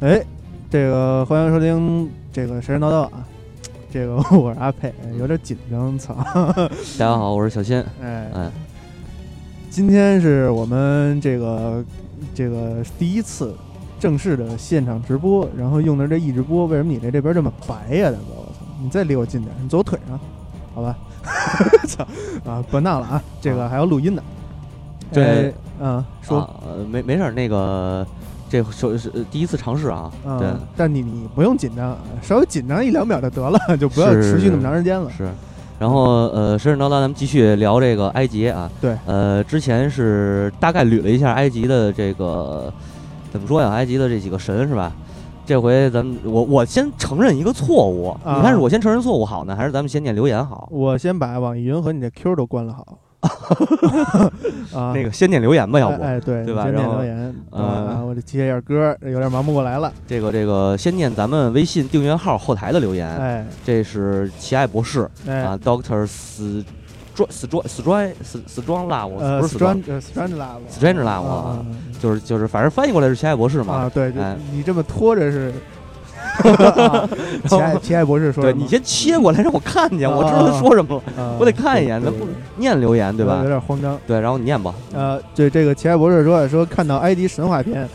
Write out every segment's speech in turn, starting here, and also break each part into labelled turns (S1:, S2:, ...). S1: 哎，这个欢迎收听这个神神叨叨啊，这个我是阿佩，有点紧张，操，
S2: 大家好，我是小仙。
S1: 哎，
S2: 哎，
S1: 今天是我们这个这个第一次正式的现场直播，然后用的这一直播，为什么你这这边这么白呀、大哥？我操，你再离我近点，你走我腿上，好吧？ 操啊，别闹了啊，这个还要录音呢。
S2: 这
S1: 哎嗯，说
S2: 啊呃没没事儿，那个这首是呃第一次尝试啊，
S1: 嗯，但你你不用紧张，稍微紧张一两秒就得了，就不要
S2: 是
S1: 持续那么长时间了
S2: 对，。是。然后呃，神神叨叨，咱们继续聊这个埃及啊。
S1: 对，
S2: 呃，之前是大概捋了一下埃及的这个怎么说呀？埃及的这几个神是吧？这回咱们我我先承认一个错误，
S1: 啊
S2: 你看是我先承认错误好呢，还是咱们先念留言好？
S1: 我先把网易云和你的 Q 都关了 好。啊，
S2: 那个先念留言吧，要不
S1: 哎哎对，
S2: 对吧
S1: 你先念
S2: 然后
S1: 留言，
S2: 呃
S1: 等会儿啊，我得接一下歌，有点忙不过来了。
S2: 这个这个先念咱们微信订阅号后台的留言，
S1: 哎
S2: 这是奇爱博士，
S1: 哎
S2: 啊，，Doctor 死壮死壮死壮死死壮拉我
S1: 呃
S2: 不是死壮
S1: ，Strange Strange Love
S2: Strange Love 啊就是就是，反正翻译过来是奇爱博士嘛。
S1: 啊，对，就
S2: 哎
S1: 你这么拖着 是。啊皮爱皮爱博士说
S2: 对
S1: 什么，
S2: 你先切过来让我看见，
S1: 啊
S2: 我知道他说什么了，
S1: 啊
S2: 我得看一眼，
S1: 对
S2: 那
S1: 对
S2: 不
S1: 对
S2: 念留言对吧
S1: 有？点慌张。
S2: 对，然后你念吧。
S1: 呃，对这个奇爱博士说说看到埃及神话片，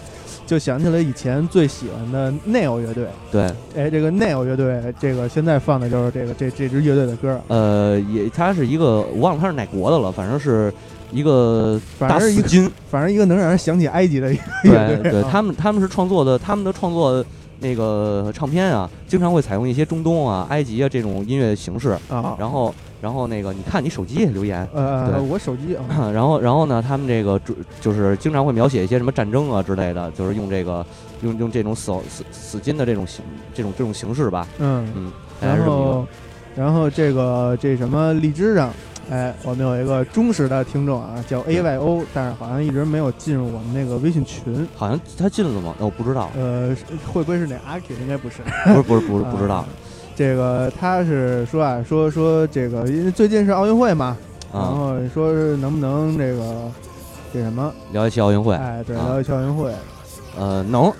S1: 就想起了以前最喜欢的 Nail 乐队。
S2: 对，
S1: 哎，这个 Nail 乐队，这个现在放的就是这个这这支乐队的歌，
S2: 呃，也他是一个，我忘了他是哪国的了，反正是一个
S1: 反
S2: 大
S1: 正
S2: 丝
S1: 一个
S2: 巾。
S1: 反正一个能让人想起埃及的一个乐
S2: 对
S1: 队。
S2: 对，
S1: 啊
S2: 他们他们是创作的，他们的创作那个唱片啊，经常会采用一些中东啊、埃及啊这种音乐形式。
S1: 啊，
S2: 然后然后那个，你看你手机也留言，
S1: 呃，
S2: 对
S1: 我手 机啊，
S2: 然后，然后呢，他们这个主就是经常会描写一些什么战争啊之类的，就是用这个用用这种死死死金的这种形这种这种形式吧，
S1: 嗯，
S2: 嗯，大概是
S1: 然
S2: 这么一个
S1: 后然后这个这什么荔枝上。哎，我们有一个忠实的听众啊，叫 A Y O，但是好像一直没有进入我们那个微信群。
S2: 好像他进了吗？哦那我不知道，
S1: 呃，是会不会是哪阿 Q？应该不是。
S2: 不是不是不是不 知道
S1: 啊这个他是说啊，说说这个，因为最近是奥运会嘛，然
S2: 啊。
S1: 后说是能不能这个这什么？
S2: 聊一期奥 运会，
S1: 哎，对，
S2: 啊
S1: 聊一下奥运会，
S2: 呃，能，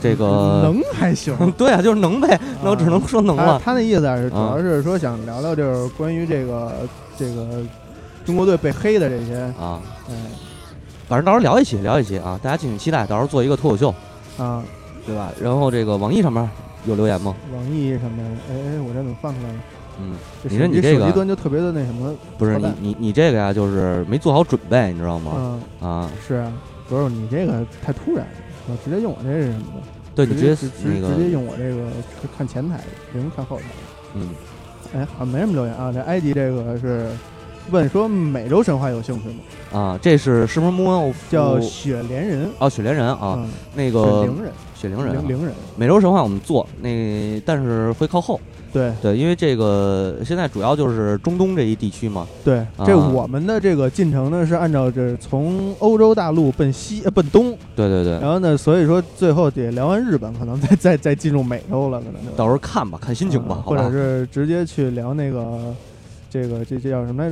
S2: 这 个
S1: 能嗯还行。
S2: 能，对啊，就是能呗，那我只能说能
S1: 他
S2: 了。
S1: 他那意思啊是，主
S2: 啊
S1: 要是说想聊聊就是关于这个这个中国队被黑的这些，
S2: 啊，
S1: 哎
S2: 反正到时候聊一期聊一期啊，大家敬请期待，到时候做一个脱口秀，
S1: 啊，
S2: 对吧？然后这个网易上面有留言吗？
S1: 网易什么的，哎哎，我这怎么放出来了？
S2: 嗯，
S1: 这
S2: 你
S1: 手
S2: 说
S1: 机
S2: 你这
S1: 手
S2: 个
S1: 机端就特别的那什么，
S2: 不是
S1: 好
S2: 你
S1: 的
S2: 你你这个呀，就是没做好准备，你知道吗？
S1: 嗯，
S2: 啊，
S1: 是啊，不是你这个太突然了，我直接用我这是什么的。
S2: 对你
S1: 直接
S2: 直
S1: 直
S2: 接那
S1: 直接
S2: 个，
S1: 用我这个是看前台的，不用看后台的。
S2: 嗯，
S1: 哎，好像没什么留言啊。这埃及这个是问说美洲神话有兴趣吗？
S2: 啊，这是是不是 Moon of
S1: 叫雪莲人
S2: 哦雪莲人啊？
S1: 嗯
S2: 那
S1: 雪
S2: 个
S1: 灵人，
S2: 雪灵人
S1: 灵
S2: 啊，
S1: 灵人，
S2: 美洲神话我们做那，但是会靠后，
S1: 对
S2: 对，因为这个现在主要就是中东这一地区嘛，
S1: 对。
S2: 啊
S1: 这我们的这个进程呢是按照这从欧洲大陆奔西呃奔东，
S2: 对对对，
S1: 然后呢，所以说最后得聊完日本，可能再 再再进入美洲了，可能就
S2: 到时候看吧，看心情吧，
S1: 啊
S2: 好
S1: 或者
S2: 吧？
S1: 是直接去聊那个这个这这叫什么来着？